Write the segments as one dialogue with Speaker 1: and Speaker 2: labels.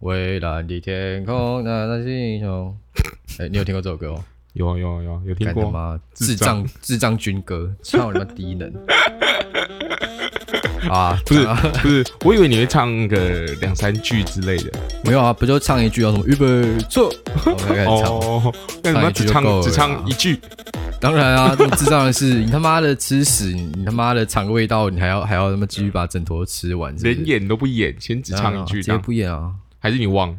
Speaker 1: 蔚蓝的天空，那那些英 雄。哎、你有听过这首歌哦？
Speaker 2: 有啊有啊有啊，有听
Speaker 1: 干他
Speaker 2: 过？
Speaker 1: 妈智
Speaker 2: 智
Speaker 1: 障智障军歌，操你妈低 能！啊，
Speaker 2: 不是
Speaker 1: 啊，
Speaker 2: 不是，我以为你会唱个两三句之类 的。
Speaker 1: 没有啊，不就唱一句啊什么预备 做，我们开始唱。
Speaker 2: 哦，那
Speaker 1: 唱一
Speaker 2: 你们
Speaker 1: 句
Speaker 2: 只
Speaker 1: 就
Speaker 2: 唱
Speaker 1: 够了
Speaker 2: 只
Speaker 1: 啦
Speaker 2: 唱一句，
Speaker 1: 当然啊，这么智障的事，你他妈的吃屎，你你他妈的尝个味道，你还要还要他妈继续把枕头吃完是不是，
Speaker 2: 连演都不演，先只唱一
Speaker 1: 啊
Speaker 2: 句
Speaker 1: 直
Speaker 2: 这
Speaker 1: 接
Speaker 2: 样，
Speaker 1: 不演啊，
Speaker 2: 还是你忘？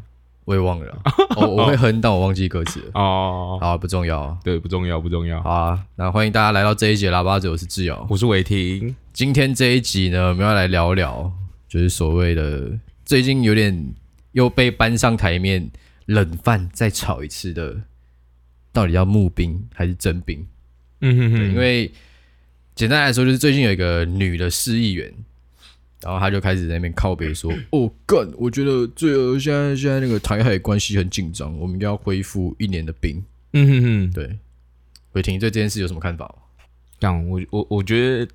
Speaker 1: 我也忘了 啊，我我会哼，但我忘记歌词了。
Speaker 2: 哦，
Speaker 1: 好，不重要啊。
Speaker 2: 对，不重要不重要
Speaker 1: 好。啊，那欢迎大家来到这一节喇叭嘴，我是志尧。
Speaker 2: 我是伟霆，
Speaker 1: 今天这一集呢，我们要来聊聊，就是所谓的最近有点又被搬上台面，冷饭再炒一次的，到底要募兵还是征兵？
Speaker 2: 嗯哼
Speaker 1: 因
Speaker 2: 哼，
Speaker 1: 为简单来说，就是最近有一个女的市议员，然后她就开始在那边靠北说：“哦，干，我觉得最呃现在现在那个台海关系很紧张，我们要恢复一年的兵。
Speaker 2: 嗯哼哼”，
Speaker 1: 对，伟霆对这件事有什么看法吗？
Speaker 2: 这样我我我觉得，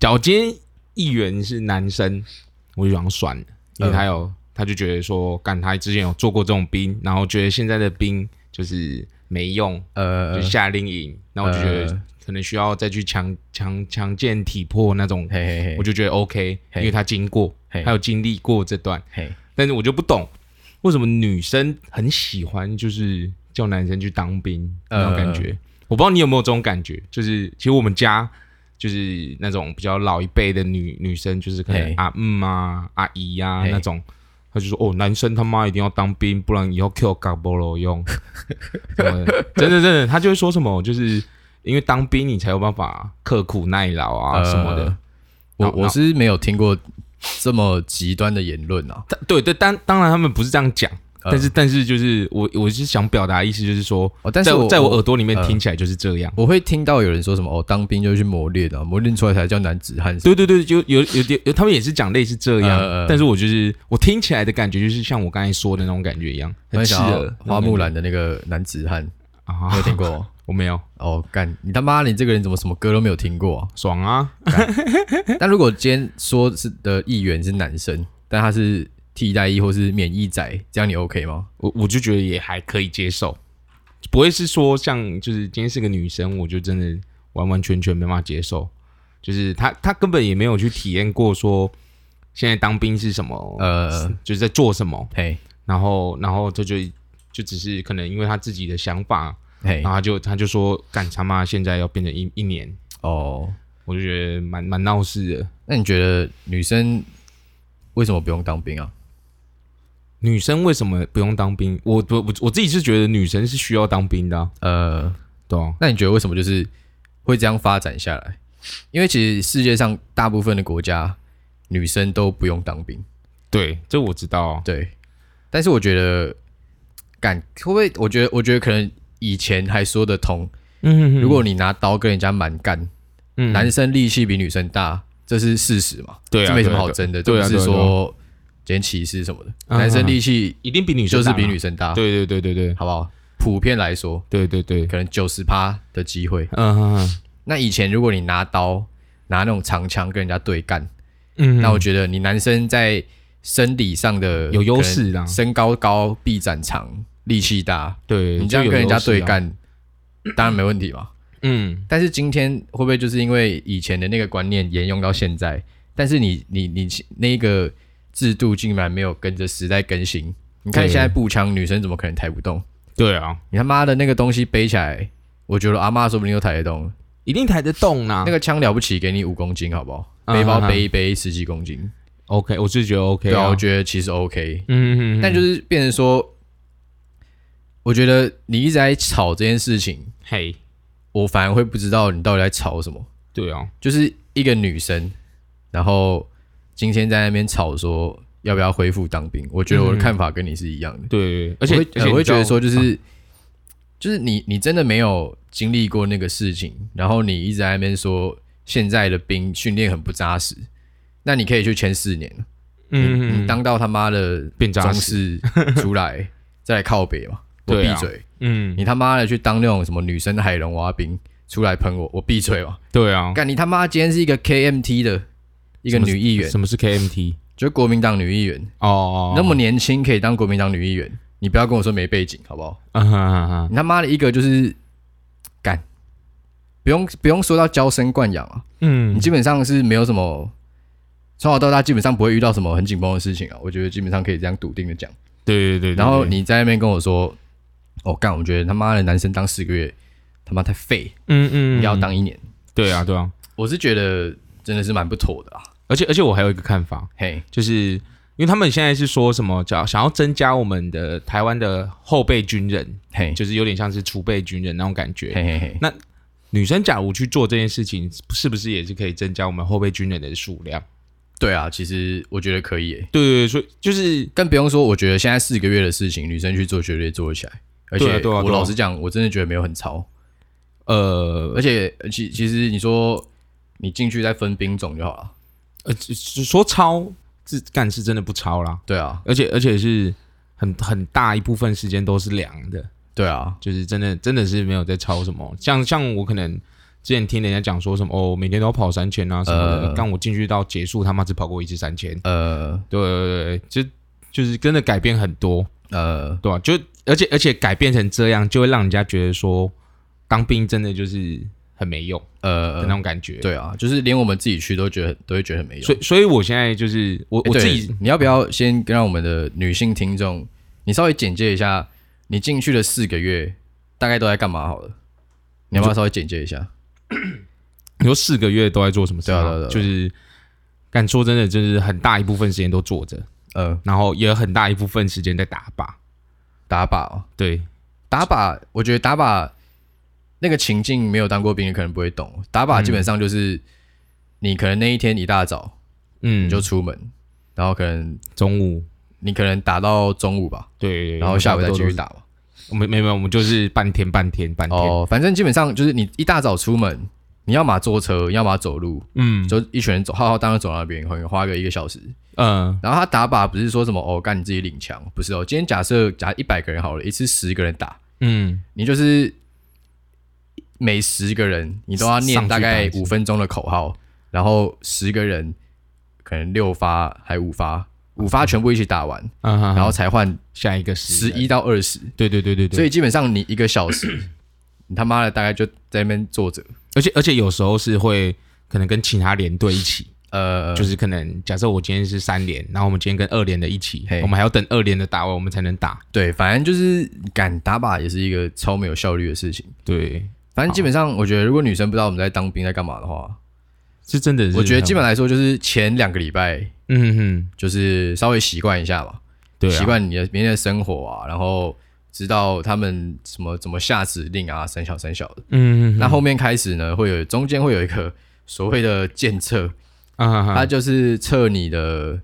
Speaker 2: 假如今天议员是男生，我就想算了，因为他有、他就觉得说，干他之前有做过这种兵，然后觉得现在的兵就是没用，
Speaker 1: 呃
Speaker 2: 就，夏令营，那、我就觉得可能需要再去强强强健体魄那种，
Speaker 1: 嘿嘿嘿，
Speaker 2: 我就觉得 OK，
Speaker 1: 嘿
Speaker 2: 因为他经过，
Speaker 1: 嘿
Speaker 2: 他有经历过这段，
Speaker 1: 嘿，
Speaker 2: 但是我就不懂为什么女生很喜欢就是叫男生去当兵
Speaker 1: 呃
Speaker 2: 那种感觉。我不知道你有没有这种感觉，就是其实我们家就是那种比较老一辈的女女生，就是可能
Speaker 1: 嘿
Speaker 2: 阿嗯啊、阿姨呀、啊、
Speaker 1: 嘿
Speaker 2: 那种。她就说：“哦，男生他妈一定要当兵，不然以后 Q 嘎波 罗用。什么的”真的真的，她就会说什么，就是因为当兵你才有办法刻苦耐劳啊
Speaker 1: 呃
Speaker 2: 什么的。
Speaker 1: 我
Speaker 2: 那
Speaker 1: 我是没有听过这么极端的言论啊。
Speaker 2: 但对对，当当然他们不是这样讲，
Speaker 1: 呃
Speaker 2: 但是但是就是我我是想表达的意思就是说，
Speaker 1: 哦，但是
Speaker 2: 在
Speaker 1: 我
Speaker 2: 在我耳
Speaker 1: 我
Speaker 2: 朵里面
Speaker 1: 呃
Speaker 2: 听起来就是这样。
Speaker 1: 我会听到有人说什么哦，当兵就去磨练啊，磨练出来才叫男子汉。
Speaker 2: 对对对，就有有点，有他们也是讲类似这样，
Speaker 1: 呃呃
Speaker 2: 但是我就是我听起来的感觉就是像我刚才说的那种感觉一样，
Speaker 1: 我
Speaker 2: 很
Speaker 1: 很
Speaker 2: 刺
Speaker 1: 想要
Speaker 2: 耳。
Speaker 1: 花木兰的那个男子汉，你有
Speaker 2: 啊，
Speaker 1: 听过 吗？
Speaker 2: 我没有？
Speaker 1: 哦，干你他妈！你这个人怎么什么歌都没有听过、啊
Speaker 2: 爽啊，
Speaker 1: 但如果今天说是的议员是男生，但他是替代役或是免役仔，这样你 OK 吗？
Speaker 2: 我我就觉得也还可以接受，不会是说像就是今天是个女生，我就真的完完全全没办法接受，就是她她根本也没有去体验过说现在当兵是什么，
Speaker 1: 呃，
Speaker 2: 哦就是在做什么，
Speaker 1: 嘿，
Speaker 2: 然后然后这就就只是可能因为他自己的想法，
Speaker 1: 嘿
Speaker 2: 然，后他就他就说干他妈现在要变成一一年，
Speaker 1: 哦，
Speaker 2: 我就觉得蛮蛮闹事的。
Speaker 1: 那你觉得女生为什么不用当兵啊？
Speaker 2: 女生为什么不用当兵？我我我我自己是觉得女生是需要当兵的啊、
Speaker 1: 呃，
Speaker 2: 对啊
Speaker 1: 那你觉得为什么就是会这样发展下来？因为其实世界上大部分的国家女生都不用当兵，
Speaker 2: 对，这我知道啊、
Speaker 1: 对。但是我觉得，干会不会？我觉得，我觉得可能以前还说得通，
Speaker 2: 嗯哼哼
Speaker 1: 如果你拿刀跟人家蛮干，
Speaker 2: 嗯
Speaker 1: 男生力气比女生大，这是事实嘛？
Speaker 2: 对啊
Speaker 1: 这没什么
Speaker 2: 对啊
Speaker 1: 好争的，
Speaker 2: 对啊
Speaker 1: 这不是
Speaker 2: 对啊对啊
Speaker 1: 说今天歧视什么的。
Speaker 2: 啊
Speaker 1: 男生力气
Speaker 2: 一定比女
Speaker 1: 就
Speaker 2: 生
Speaker 1: 是
Speaker 2: 大
Speaker 1: 比
Speaker 2: 嘛
Speaker 1: 女生大，
Speaker 2: 对对对对对
Speaker 1: 好不好？普遍来说，
Speaker 2: 对对对，
Speaker 1: 可能九十趴的机会。
Speaker 2: 嗯哼哼
Speaker 1: 那以前如果你拿刀拿那种长枪跟人家对干，
Speaker 2: 嗯，
Speaker 1: 那我觉得你男生在生理上的
Speaker 2: 有优势啦
Speaker 1: 可能身高高、臂展长、力气大，
Speaker 2: 对
Speaker 1: 你这样
Speaker 2: 就有
Speaker 1: 跟人家
Speaker 2: 优啊势啊
Speaker 1: 对，干，当然没问题嘛。
Speaker 2: 嗯，
Speaker 1: 但是今天会不会就是因为以前的那个观念沿用到现在？但是你你你那个制度竟然没有跟着时代更新。你看
Speaker 2: 对
Speaker 1: 现在步枪，女生怎么可能抬不动？
Speaker 2: 对啊，
Speaker 1: 你他妈的那个东西背起来，我觉得阿妈说不定都抬得动。
Speaker 2: 一定抬得动啊啦、
Speaker 1: 那个枪了不起，给你五公斤好不好？
Speaker 2: 嗯
Speaker 1: 背包
Speaker 2: 嗯嗯
Speaker 1: 背一背十几公斤，
Speaker 2: OK，我是觉得 OK
Speaker 1: 对啊，
Speaker 2: 啊，
Speaker 1: 我觉得其实 OK。
Speaker 2: 嗯嗯，
Speaker 1: 但就是变成说，我觉得你一直在吵这件事情，
Speaker 2: 嘿，
Speaker 1: 我反而会不知道你到底在吵什么。
Speaker 2: 对啊，
Speaker 1: 就是一个女生，然后今天在那边吵说要不要恢复当兵，我觉得我
Speaker 2: 嗯
Speaker 1: 的看法跟你是一样的。
Speaker 2: 对，而且
Speaker 1: 我会呃
Speaker 2: 而且
Speaker 1: 我会
Speaker 2: 你知
Speaker 1: 觉
Speaker 2: 道嗯
Speaker 1: 得说，就是、就是你你真的没有经历过那个事情，然后你一直在那边说现在的兵训练很不扎实，那你可以去签四年，
Speaker 2: 嗯
Speaker 1: 你当到他妈的
Speaker 2: 变扎
Speaker 1: 中
Speaker 2: 实，
Speaker 1: 士出来再来靠北嘛，我
Speaker 2: 对
Speaker 1: 闭
Speaker 2: 啊
Speaker 1: 嘴！
Speaker 2: 嗯，
Speaker 1: 你他妈的去当那种什么女生海龙蛙兵出来喷我，我闭嘴嘛！
Speaker 2: 对啊，
Speaker 1: 干你他妈！今天是一个 KMT 的一个女议员，
Speaker 2: 什么是 KMT？
Speaker 1: 就国民党女议员，
Speaker 2: 哦，
Speaker 1: 那么年轻可以当国民党女议员，你不要跟我说没背景，好不好？
Speaker 2: 啊哈哈哈，
Speaker 1: 你他妈的一个就是干，不用不用说到娇生惯养啊，你
Speaker 2: 嗯，
Speaker 1: 基本上是没有什么从小到大基本上不会遇到什么很紧绷的事情啊，我觉得基本上可以这样笃定的讲。
Speaker 2: 对对对，对
Speaker 1: 然后
Speaker 2: 对
Speaker 1: 你在那边跟我说，哦干，我觉得他妈的男生当四个月他妈太废，
Speaker 2: 嗯嗯，
Speaker 1: 要当一年，
Speaker 2: 对啊对啊，
Speaker 1: 我是觉得真的是蛮不妥的啊，
Speaker 2: 而且而且我还有一个看法，
Speaker 1: 嘿，
Speaker 2: 就是因为他们现在是说什么叫想要增加我们的台湾的后备军人，
Speaker 1: 嘿，
Speaker 2: 就是有点像是储备军人那种感觉。
Speaker 1: 嘿嘿嘿，
Speaker 2: 女生假如去做这件事情，是不是也是可以增加我们后备军人的数量？
Speaker 1: 对啊，其实我觉得可以、欸，
Speaker 2: 对对对，所以就是
Speaker 1: 更不用说，我觉得现在四个月的事情，女生去做绝对做得起来。而
Speaker 2: 对啊
Speaker 1: 且
Speaker 2: 对啊
Speaker 1: 我
Speaker 2: 对啊
Speaker 1: 老实讲，我真的觉得没有很潮。
Speaker 2: 呃
Speaker 1: 而且呃其其实你说你进去再分兵种就好了。
Speaker 2: 呃，说超是干是真的不超啦，
Speaker 1: 对啊，
Speaker 2: 而且而且是很很大一部分时间都是凉的。
Speaker 1: 对啊，
Speaker 2: 就是真的真的是没有在抄什么，像像我可能之前听人家讲说什么哦，每天都要跑三千啊什么的，
Speaker 1: 呃
Speaker 2: 但我进去到结束他妈只跑过一次三千，
Speaker 1: 呃
Speaker 2: 对对对对，就就是真的改变很多，
Speaker 1: 呃，
Speaker 2: 对吧、就而且而且改变成这样，就会让人家觉得说当兵真的就是很没用的
Speaker 1: 呃
Speaker 2: 那种感觉。，
Speaker 1: 对啊，就是连我们自己去都觉得都会觉得很没用。
Speaker 2: 所以所以我现在就是我
Speaker 1: 欸
Speaker 2: 我
Speaker 1: 对
Speaker 2: 自己
Speaker 1: 你要不要先让我们的女性听众，你稍微简介一下你进去的四个月大概都在干嘛好了？你要不要稍微简介一下？
Speaker 2: 你说四个月都在做什么事
Speaker 1: 对啊
Speaker 2: 吗
Speaker 1: 对啊对啊
Speaker 2: 就是敢说真的，就是很大一部分时间都坐着，
Speaker 1: 呃，
Speaker 2: 然后也有很大一部分时间在打靶。
Speaker 1: 打靶、哦，
Speaker 2: 对，
Speaker 1: 打靶，我觉得打靶那个情境没有当过兵，你可能不会懂。打
Speaker 2: 嗯
Speaker 1: 靶基本上就是你可能那一天一大早
Speaker 2: 嗯，
Speaker 1: 你就出门，然后可能
Speaker 2: 中午，
Speaker 1: 你可能打到中午吧，
Speaker 2: 对，
Speaker 1: 然后下午再继续
Speaker 2: 打。
Speaker 1: 打吧。
Speaker 2: 我们没有没有，我们就是半天半天半天。
Speaker 1: 哦，反正基本上就是你一大早出门，你要么坐车，要么走路，
Speaker 2: 嗯
Speaker 1: 就一群人走浩浩荡荡走到那边，可能花个一个小时。
Speaker 2: 嗯
Speaker 1: 然后他打靶不是说什么哦，干你自己领枪，不是哦。今天假设假一百个人好了，一次十个人打，
Speaker 2: 嗯，
Speaker 1: 你就是每十个人你都要
Speaker 2: 上
Speaker 1: 念
Speaker 2: 去
Speaker 1: 大概
Speaker 2: 打一次
Speaker 1: 五分钟的口号，然后十个人可能六发还五发，五发全部一起打完，
Speaker 2: 嗯
Speaker 1: 然后才换
Speaker 2: 下一个十
Speaker 1: 十，一到二十。
Speaker 2: 对对对对对。
Speaker 1: 所
Speaker 2: 以
Speaker 1: 以基本上你一个小时，你他妈的大概就在那边坐着，
Speaker 2: 而且而且有时候是会可能跟其他连队一起，
Speaker 1: 呃，
Speaker 2: 就是可能假设我今天是三连，然后我们今天跟二连的一起
Speaker 1: 嘿，
Speaker 2: 我们还要等二连的打完我们才能打。
Speaker 1: 对，反正就是敢打靶也是一个超没有效率的事情。
Speaker 2: 对，
Speaker 1: 反正基本上，我觉得如果女生不知道我们在当兵在干嘛的话，
Speaker 2: 是真的是。
Speaker 1: 我觉得基本来说就是前两个礼拜
Speaker 2: 嗯哼，
Speaker 1: 就是稍微习惯一下吧，
Speaker 2: 对啊，
Speaker 1: 习惯你的每天的生活啊，然后知道他们什么怎么下指令啊，三小三小的。
Speaker 2: 嗯哼，
Speaker 1: 那后面开始呢，会有中间会有一个所谓的检测，
Speaker 2: 啊哈
Speaker 1: 它
Speaker 2: 哈，
Speaker 1: 就是测你的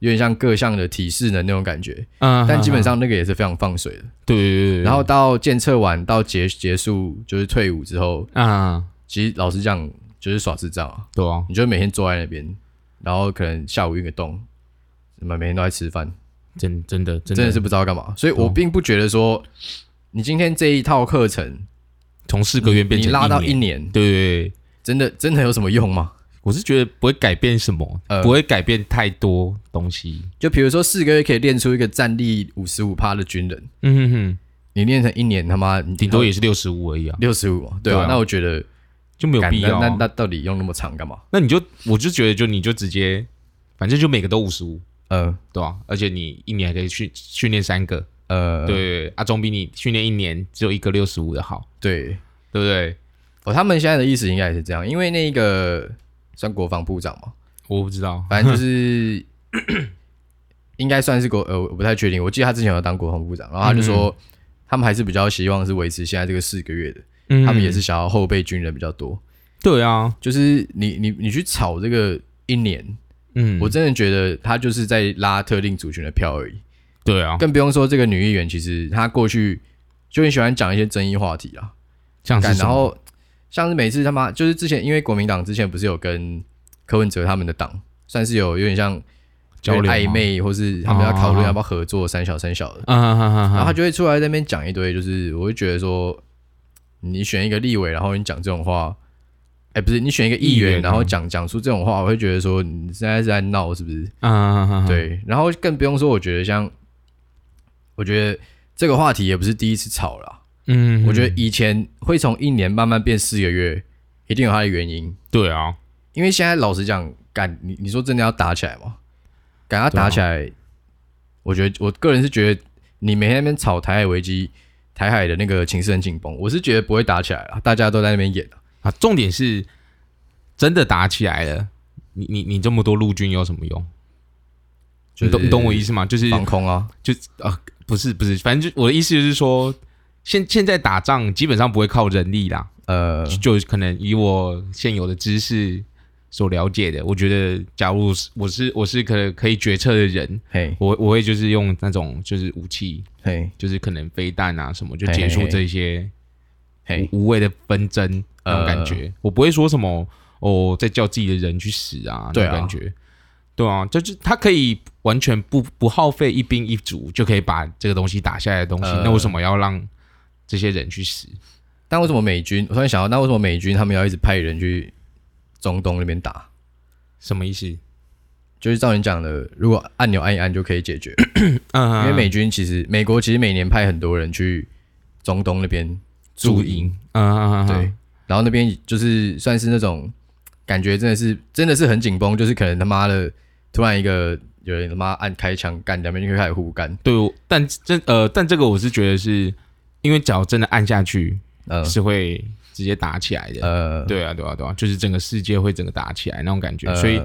Speaker 1: 有点像各项的体适能那种感觉，
Speaker 2: 嗯，
Speaker 1: 但基本
Speaker 2: 上
Speaker 1: 上那个也是非常放水的。
Speaker 2: 对对对，啊
Speaker 1: 然后到检测完到结结束就是退伍之后，
Speaker 2: 啊，
Speaker 1: 其实老实讲就是耍智障啊。
Speaker 2: 对啊，
Speaker 1: 你就每天坐在那边，然后可能下午运个动，什么每天都在吃饭，
Speaker 2: 真真的哦真
Speaker 1: 真的
Speaker 2: 的
Speaker 1: 是不知道干嘛。所以我并不觉得说你今天这一套课程
Speaker 2: 从四个月变
Speaker 1: 你
Speaker 2: 成
Speaker 1: 拉到一
Speaker 2: 年，
Speaker 1: 年，
Speaker 2: 对对对。
Speaker 1: 真的真的有什么用吗？
Speaker 2: 我是觉得不会改变什么，
Speaker 1: 呃
Speaker 2: 不会改变太多东西。
Speaker 1: 就比如说四个月可以练出一个战力五十五趴的军人，
Speaker 2: 嗯哼哼，
Speaker 1: 你练成一年他妈你
Speaker 2: 顶多也是六十五而已啊，
Speaker 1: 六十五嘛，对
Speaker 2: 对啊
Speaker 1: 啊，那我觉得
Speaker 2: 就没有
Speaker 1: 干
Speaker 2: 必要啊、
Speaker 1: 那那那到底用那么长干嘛？
Speaker 2: 那你就我就觉得就你就直接，反正就每个都五十五，
Speaker 1: 呃
Speaker 2: 对吧、而且你一年还可以训训练三个，
Speaker 1: 呃，
Speaker 2: 对啊，总比你训练一年只有一个六十五的好，
Speaker 1: 对，
Speaker 2: 对不对？
Speaker 1: 哦，他们现在的意思应该也是这样，因为那个算国防部长嘛，
Speaker 2: 我不知道，
Speaker 1: 反正就是应该算是国呃，我不太确定。我记得他之前有当国防部长，然后他就说、他们还是比较希望是维持现在这个四个月的，
Speaker 2: 嗯
Speaker 1: 他们也是想要后备军人比较多。
Speaker 2: 对啊，
Speaker 1: 就是你你你去炒这个一年，
Speaker 2: 嗯，
Speaker 1: 我真的觉得他就是在拉特定族群的票而已，
Speaker 2: 对啊，
Speaker 1: 更不用说这个女议员，其实她过去就很喜欢讲一些争议话题啊，
Speaker 2: 像是
Speaker 1: 干
Speaker 2: 什
Speaker 1: 然
Speaker 2: 么
Speaker 1: 后像是每次他妈就是之前因为国民党之前不是有跟柯文哲他们的党算是有有点像
Speaker 2: 交流吗
Speaker 1: 暧，昧，或是他们要讨
Speaker 2: 啊
Speaker 1: 论要不要合作，三小三小的，
Speaker 2: 啊哈哈哈哈，
Speaker 1: 然后他就会出来在那边讲一堆，就是我会觉得说，你选一个立委，然后你讲这种话，哎、不是你选一个议
Speaker 2: 议
Speaker 1: 员，
Speaker 2: 员
Speaker 1: 然后
Speaker 2: 哦
Speaker 1: 讲讲出这种话，我会觉得说你现在是在闹，是不是？
Speaker 2: 啊啊啊，啊，
Speaker 1: 对，然后更不用说，我觉得像，我觉得这个话题也不是第一次吵了啊、
Speaker 2: 嗯，
Speaker 1: 我觉得以前会从一年慢慢变四个月，一定有它的原因。
Speaker 2: 对啊，
Speaker 1: 因为现在老实讲，敢你你说真的要打起来吗？敢要打起来，我觉得我个人是觉得你每天在那边吵台海危机，台海的那个情势很紧绷，我是觉得不会打起来了，大家都在那边演啊
Speaker 2: 啊，重点是真的打起来了，你你你这么多陆军有什么用？
Speaker 1: 就是
Speaker 2: 你懂你懂我意思吗？就是呃
Speaker 1: 防空啊，
Speaker 2: 不是不是，反正就我的意思就是说，现现在打仗基本上不会靠人力啦，
Speaker 1: 呃，
Speaker 2: 就可能以我现有的知识所了解的，我觉得假如是我是我是可可以决策的人，
Speaker 1: 嘿
Speaker 2: 我我会就是用那种就是武器，
Speaker 1: 嘿
Speaker 2: 就是可能飞弹啊什么，就
Speaker 1: 嘿嘿
Speaker 2: 结束
Speaker 1: 嘿
Speaker 2: 这些
Speaker 1: 嘿，
Speaker 2: 无无谓的纷争
Speaker 1: 呃
Speaker 2: 那种感觉。我不会说什么哦，在叫自己的人去死啊，那
Speaker 1: 对
Speaker 2: 种
Speaker 1: 啊
Speaker 2: 感觉。对啊，就是他可以完全不不耗费一兵一卒就可以把这个东西打下来的东西，
Speaker 1: 呃
Speaker 2: 那为什么要让这些人去死？
Speaker 1: 但为什么美军？我突然想到，那为什么美军他们要一直派人去中东那边打？
Speaker 2: 什么意思？
Speaker 1: 就是照你讲的，如果按钮按一按就可以解决，
Speaker 2: 嗯，
Speaker 1: 因为美军其实美国其实每年派很多人去中东那边驻
Speaker 2: 驻
Speaker 1: 营，
Speaker 2: 营，嗯嗯嗯，
Speaker 1: 对
Speaker 2: 嗯，
Speaker 1: 然后那边就是算是那种感觉，真的是真的是很紧绷，就是可能他妈的突然一个有人他妈按开枪干，两边就开始互干，
Speaker 2: 对我，但这呃，但这个我是觉得是因为脚真的按下去、
Speaker 1: 呃
Speaker 2: 是会直接打起来的。
Speaker 1: 呃，
Speaker 2: 对啊，对啊，对啊，就是整个世界会整个打起来那种感觉，
Speaker 1: 呃
Speaker 2: 所以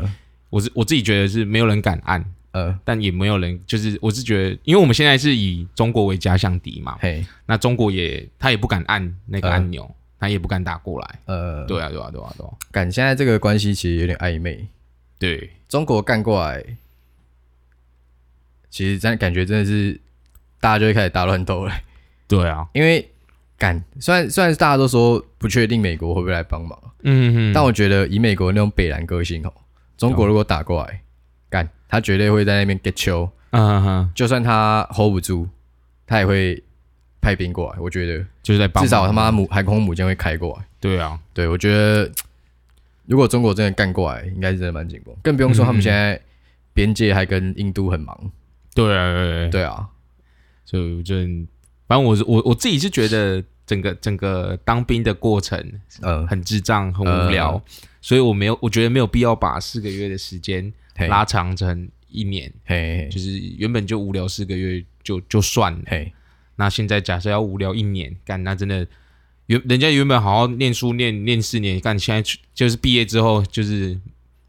Speaker 2: 我是我自己觉得是没有人敢按，
Speaker 1: 呃
Speaker 2: 但也没有人，就是我是觉得，因为我们现在是以中国为假想敌嘛，
Speaker 1: 嘿
Speaker 2: 那中国也他也不敢按那个
Speaker 1: 嗯
Speaker 2: 按钮，他也不敢打过来。
Speaker 1: 呃，
Speaker 2: 对啊，对啊，对啊，对啊，
Speaker 1: 感现在这个关系其实有点暧昧，
Speaker 2: 对，
Speaker 1: 中国干过来，其实真的感觉真的是大家就会开始大乱斗了，
Speaker 2: 对啊，
Speaker 1: 因为干虽然虽然大家都说不确定美国会不会来帮忙，
Speaker 2: 嗯嗯，
Speaker 1: 但我觉得以美国那种北蓝个性哦，中国如果打过来，干他绝对会在那边 get 球，
Speaker 2: 嗯嗯，
Speaker 1: 就算他 hold 不住，他也会派兵过来。我觉得
Speaker 2: 就是在帮忙
Speaker 1: 至少他妈母航空母舰会开过来。
Speaker 2: 对啊，
Speaker 1: 对我觉得，如果中国真的干过来，应该是真的蛮紧绷，更不用说他们现在边界还跟印度很忙。
Speaker 2: 对啊，对啊对啊，
Speaker 1: 对啊，
Speaker 2: 所以我就反正我是我我自己是觉得整个整个当兵的过程
Speaker 1: 嗯，
Speaker 2: 很智障，很无聊，
Speaker 1: 嗯
Speaker 2: 所以我没有我觉得没有必要把四个月的时间
Speaker 1: 嘿
Speaker 2: 拉长成一年，
Speaker 1: 嘿
Speaker 2: 就是原本就无聊四个月就就算了。
Speaker 1: 嘿
Speaker 2: 那现在假设要无聊一年，干那真的原人家原本好好念书念念四年，干现在去就是毕业之后就是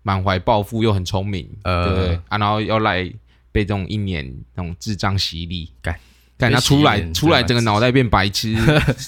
Speaker 2: 满怀抱负又很聪明，
Speaker 1: 呃
Speaker 2: 对不对啊？然后要来被这种一年那种智障洗礼，
Speaker 1: 干
Speaker 2: 干
Speaker 1: 被
Speaker 2: 他出
Speaker 1: 洗
Speaker 2: 来
Speaker 1: 脸
Speaker 2: 出来
Speaker 1: 真的蛮
Speaker 2: 整个脑袋变白痴，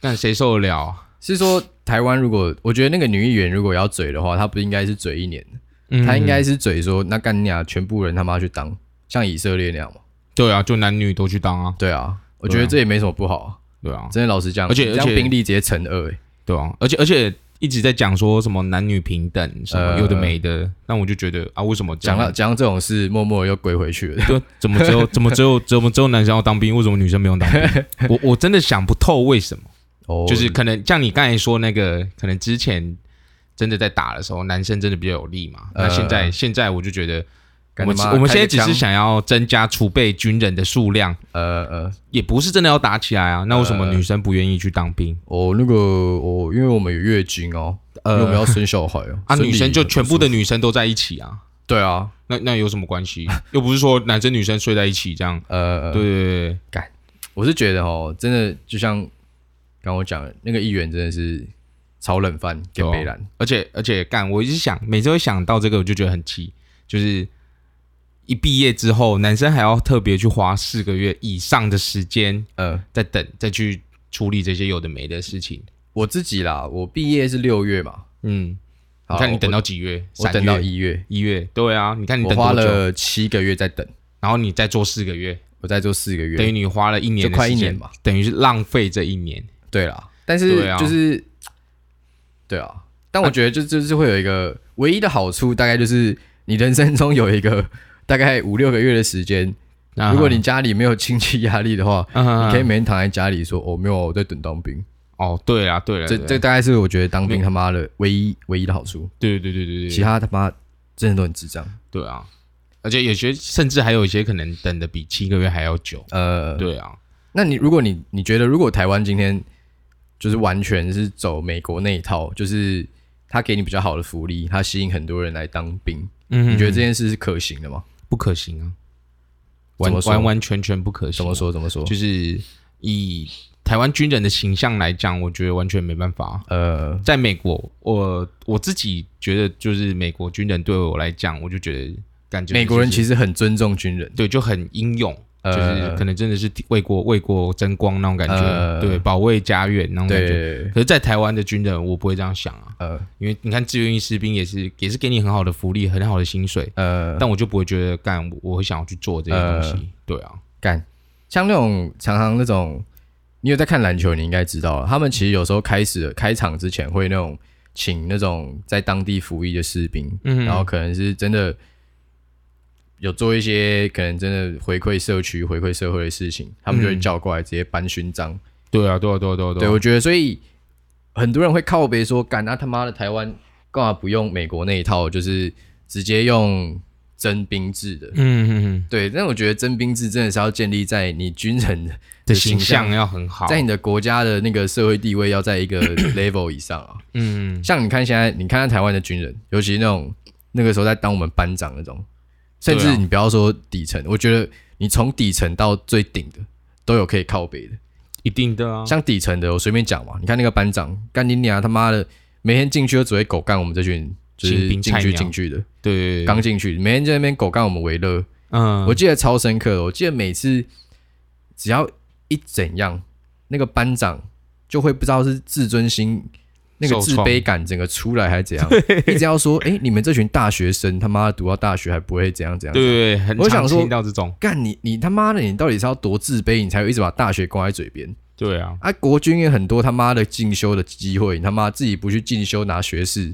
Speaker 2: 干谁受得了啊？
Speaker 1: 是说台湾如果我觉得那个女议员如果要嘴的话，她不应该是嘴一年。
Speaker 2: 嗯
Speaker 1: 他应该是嘴说，那干你啊，全部人他妈去当，像以色列那样嘛。
Speaker 2: 对啊，就男女都去当啊，
Speaker 1: 对啊，我觉得这也没什么不好、啊。
Speaker 2: 对啊，
Speaker 1: 真的老实讲，
Speaker 2: 而且
Speaker 1: 这样
Speaker 2: 而且
Speaker 1: 兵力直接乘二、欸，
Speaker 2: 对啊，而且而且。一直在讲说什么男女平等，什么
Speaker 1: 呃
Speaker 2: 有的没的，那我就觉得啊，为什么这
Speaker 1: 讲
Speaker 2: 样
Speaker 1: 到讲到这种事，默默又归回去了。
Speaker 2: 就怎么 只有怎么只有怎么只有男生要当兵，为什么女生不用当兵？ 我我真的想不透为什么，
Speaker 1: 哦
Speaker 2: 就是可能像你刚才说那个，可能之前真的在打的时候，男生真的比较有力嘛。那
Speaker 1: 呃
Speaker 2: 现在现在我就觉得，我
Speaker 1: 干
Speaker 2: 们
Speaker 1: 他妈
Speaker 2: 我们
Speaker 1: 开
Speaker 2: 现在
Speaker 1: 个
Speaker 2: 只是
Speaker 1: 枪
Speaker 2: 想要增加储备军人的数量，
Speaker 1: 呃呃，
Speaker 2: 也不是真的要打起来啊。那为什么女生不愿意去当兵？
Speaker 1: 哦那个哦，因为我们有月经哦，因为我们要生小孩哦，
Speaker 2: 呃啊，
Speaker 1: 生理
Speaker 2: 女生就全
Speaker 1: 很
Speaker 2: 部
Speaker 1: 不舒
Speaker 2: 的女生都在一起啊，
Speaker 1: 服对啊，
Speaker 2: 那那有什么关系？又不是说男生女生睡在一起这样。
Speaker 1: 呃，
Speaker 2: 对对对对，
Speaker 1: 我是觉得哦，真的就像刚我讲的，那个议员真的是炒冷饭给
Speaker 2: 对啊
Speaker 1: 北兰，
Speaker 2: 而且而且干，我一直想，每次会想到这个，我就觉得很气，就是一毕业之后，男生还要特别去花四个月以上的时间
Speaker 1: 呃，
Speaker 2: 在等，再去处理这些有的没的事情。
Speaker 1: 我自己啦，我毕业是六月嘛，
Speaker 2: 嗯，
Speaker 1: 好
Speaker 2: 你看你等
Speaker 1: 我
Speaker 2: 到几月？
Speaker 1: 我
Speaker 2: 三
Speaker 1: 等到
Speaker 2: 月
Speaker 1: 一月，
Speaker 2: 一月，对啊，你看你
Speaker 1: 我
Speaker 2: 等
Speaker 1: 花
Speaker 2: 多久？
Speaker 1: 了七个月在等，
Speaker 2: 然后你再做四个月，
Speaker 1: 我在做四个
Speaker 2: 等
Speaker 1: 月。
Speaker 2: 于你花了一年的时间，
Speaker 1: 就快一年吧，
Speaker 2: 等于是浪费这一年。
Speaker 1: 对啦，但
Speaker 2: 对
Speaker 1: 是
Speaker 2: 啊
Speaker 1: 就是，对啊，但我觉得就就是会有一个唯一的好处，大概就是你人生中有一个 大概五六个月的时间，
Speaker 2: 啊
Speaker 1: 如果你家里没有经济压力的话，
Speaker 2: 啊
Speaker 1: 你可以每天躺在家里说：“哦，没有，我在等当兵。”
Speaker 2: 哦，对啊，对啊，
Speaker 1: 这
Speaker 2: 对啊
Speaker 1: 这大概是我觉得当
Speaker 2: 没
Speaker 1: 兵他妈的唯一唯一的好处，
Speaker 2: 对对对对对，
Speaker 1: 其他他妈真的都很智障。
Speaker 2: 对啊，而且有些甚至还有一些可能等的比七个月还要久。
Speaker 1: 呃，
Speaker 2: 对啊，
Speaker 1: 那你如果你你觉得如果台湾今天就是完全是走美国那一套，就是他给你比较好的福利，他吸引很多人来当兵，
Speaker 2: 嗯
Speaker 1: 你觉得这件事是可行的吗？
Speaker 2: 不可行啊？
Speaker 1: 怎
Speaker 2: 完
Speaker 1: 么说
Speaker 2: 完完全全不可行、
Speaker 1: 怎么？说？怎么说？
Speaker 2: 就是以台湾军人的形象来讲，我觉得完全没办法啊、
Speaker 1: 呃，
Speaker 2: 在美国，我我自己觉得，就是美国军人对我来讲，我就觉得感觉
Speaker 1: 美国人其
Speaker 2: 实
Speaker 1: 实很尊重军人，
Speaker 2: 对就很英勇，
Speaker 1: 呃
Speaker 2: 就是可能真的是为国为国争光那种感觉，
Speaker 1: 呃
Speaker 2: 对，保卫家园那种感觉。
Speaker 1: 嗯对，
Speaker 2: 可是，在台湾的军人，我不会这样想啊，
Speaker 1: 呃
Speaker 2: 因为你看志愿役士兵也是也是给你很好的福利，很好的薪水，
Speaker 1: 呃，
Speaker 2: 但我就不会觉得干我我会想要去做这些东西，对啊，
Speaker 1: 干，像那种常常那种，你有在看篮球，你应该知道，啊他们其实有时候开始开场之前会那种请那种在当地服役的士兵，
Speaker 2: 嗯
Speaker 1: 然后可能是真的有做一些可能真的回馈社区、回馈社会的事情，他们就会叫过来直接颁勋章。
Speaker 2: 对啊，对啊，对嗯啊，对啊，
Speaker 1: 对我觉得，所以很多人会靠别说，干啊那他妈的台湾干嘛不用美国那一套，就是直接用征兵制的。
Speaker 2: 嗯嗯嗯，
Speaker 1: 对，但我觉得征兵制真的是要建立在你军人的
Speaker 2: 的
Speaker 1: 形
Speaker 2: 形象要很好，
Speaker 1: 在你的国家的那个社会地位要在一 个 level 以上啊。
Speaker 2: 嗯，
Speaker 1: 像你看现在，你看看台湾的军人，尤其那种那个时候在当我们班长那种，甚
Speaker 2: 对
Speaker 1: 至
Speaker 2: 啊
Speaker 1: 你不要说底层，我觉得你从底层到最顶的都有可以靠背的。
Speaker 2: 一定的啊，
Speaker 1: 像底层的，我随便讲嘛，你看那个班长干你娘他妈的，每天进去都只会狗干我们这群就是
Speaker 2: 新兵
Speaker 1: 进
Speaker 2: 菜
Speaker 1: 去
Speaker 2: 鸟
Speaker 1: 进去的，
Speaker 2: 对对，对
Speaker 1: 刚进去，每天在那边狗干我们维勒，
Speaker 2: 嗯，
Speaker 1: 我记得超深刻的，我记得每次只要一怎样，那个班长就会不知道是自尊心。那个
Speaker 2: 受
Speaker 1: 自
Speaker 2: 创
Speaker 1: 卑感整个出来还是怎样？一直要说，哎、你们这群大学生他妈的读到大学还不会怎样怎样？
Speaker 2: 对对对，很
Speaker 1: 我
Speaker 2: 常
Speaker 1: 想说
Speaker 2: 听到这种，
Speaker 1: 干你你他妈的，你到底是要多自卑，你才会一直把大学挂在嘴边？
Speaker 2: 对啊，
Speaker 1: 啊，国军也很多他妈的进修的机会，你他妈自己不去进修拿学士，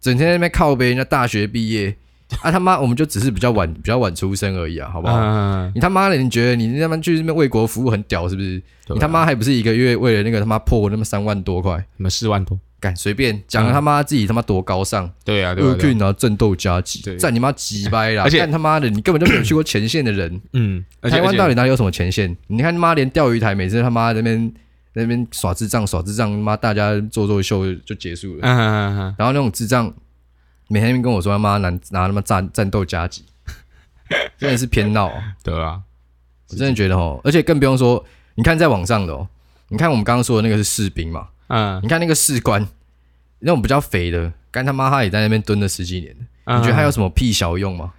Speaker 1: 整天在那边靠背人家大学毕业，啊他妈我们就只是比较晚比较晚出生而已啊，好
Speaker 2: 好
Speaker 1: 不好？
Speaker 2: 嗯，
Speaker 1: 你他妈的，你觉得你他妈去那边为国服务很屌是不是？
Speaker 2: 对啊
Speaker 1: 你他妈还不是一个月为了那个他妈破那么三万多块，
Speaker 2: 什么四万多？
Speaker 1: 敢随便讲了他妈自己他妈多高尚，
Speaker 2: 对嗯啊，对啊
Speaker 1: 恶
Speaker 2: 对啊，
Speaker 1: 棍啊，战斗加急
Speaker 2: 对，
Speaker 1: 战你妈鸡掰啦！
Speaker 2: 而且
Speaker 1: 干他妈的，你根本就没有去过前线的人，
Speaker 2: 嗯，而且
Speaker 1: 台湾到
Speaker 2: 而且
Speaker 1: 底哪里有什么前线？你看他妈连钓鱼台每次他妈在那边在那边耍智障耍智障，他妈大家做做秀就就结束了。
Speaker 2: 嗯嗯嗯嗯，
Speaker 1: 然后那种智障每天在那边跟我说他妈拿拿他妈战战斗加急，真的是偏闹、
Speaker 2: 嗯对啊，
Speaker 1: 我真的觉得哦，而且更不用说，你看在网上的哦，你看我们刚刚说的那个是士兵嘛，
Speaker 2: 嗯，
Speaker 1: 你看那个士官那种比较肥的，干他妈他也在那边蹲了十几年，你
Speaker 2: 嗯
Speaker 1: 觉得他有什么屁小用吗？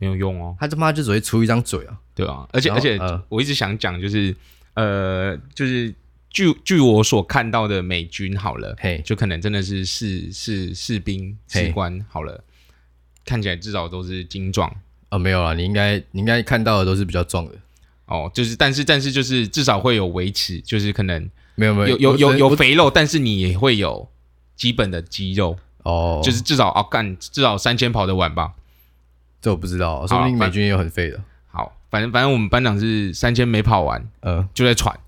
Speaker 2: 没有用哦？
Speaker 1: 他他妈就只会出一张嘴啊，
Speaker 2: 对啊，而且
Speaker 1: 然
Speaker 2: 而
Speaker 1: 后
Speaker 2: 且
Speaker 1: 呃
Speaker 2: 我一直想讲就是，呃，就是据据我所看到的美军好了，
Speaker 1: 嘿，
Speaker 2: 就可能真的是士士士兵
Speaker 1: 嘿
Speaker 2: 士官好了，看起来至少都是精壮
Speaker 1: 哦没有啦，你应该你应该看到的都是比较壮的。
Speaker 2: 哦，就是但是但是就是至少会有维持，就是可能
Speaker 1: 没有没
Speaker 2: 有
Speaker 1: 有
Speaker 2: 有有有
Speaker 1: 我
Speaker 2: 肥肉，但是你也会有基本的肌肉，
Speaker 1: 哦，
Speaker 2: 就是至少啊干至少三千跑得完吧。
Speaker 1: 这我不知
Speaker 2: 啊
Speaker 1: 道，哦说不定美军也有很废的。
Speaker 2: 好，反正反正我们班长是三千没跑完
Speaker 1: 嗯，
Speaker 2: 就在 喘，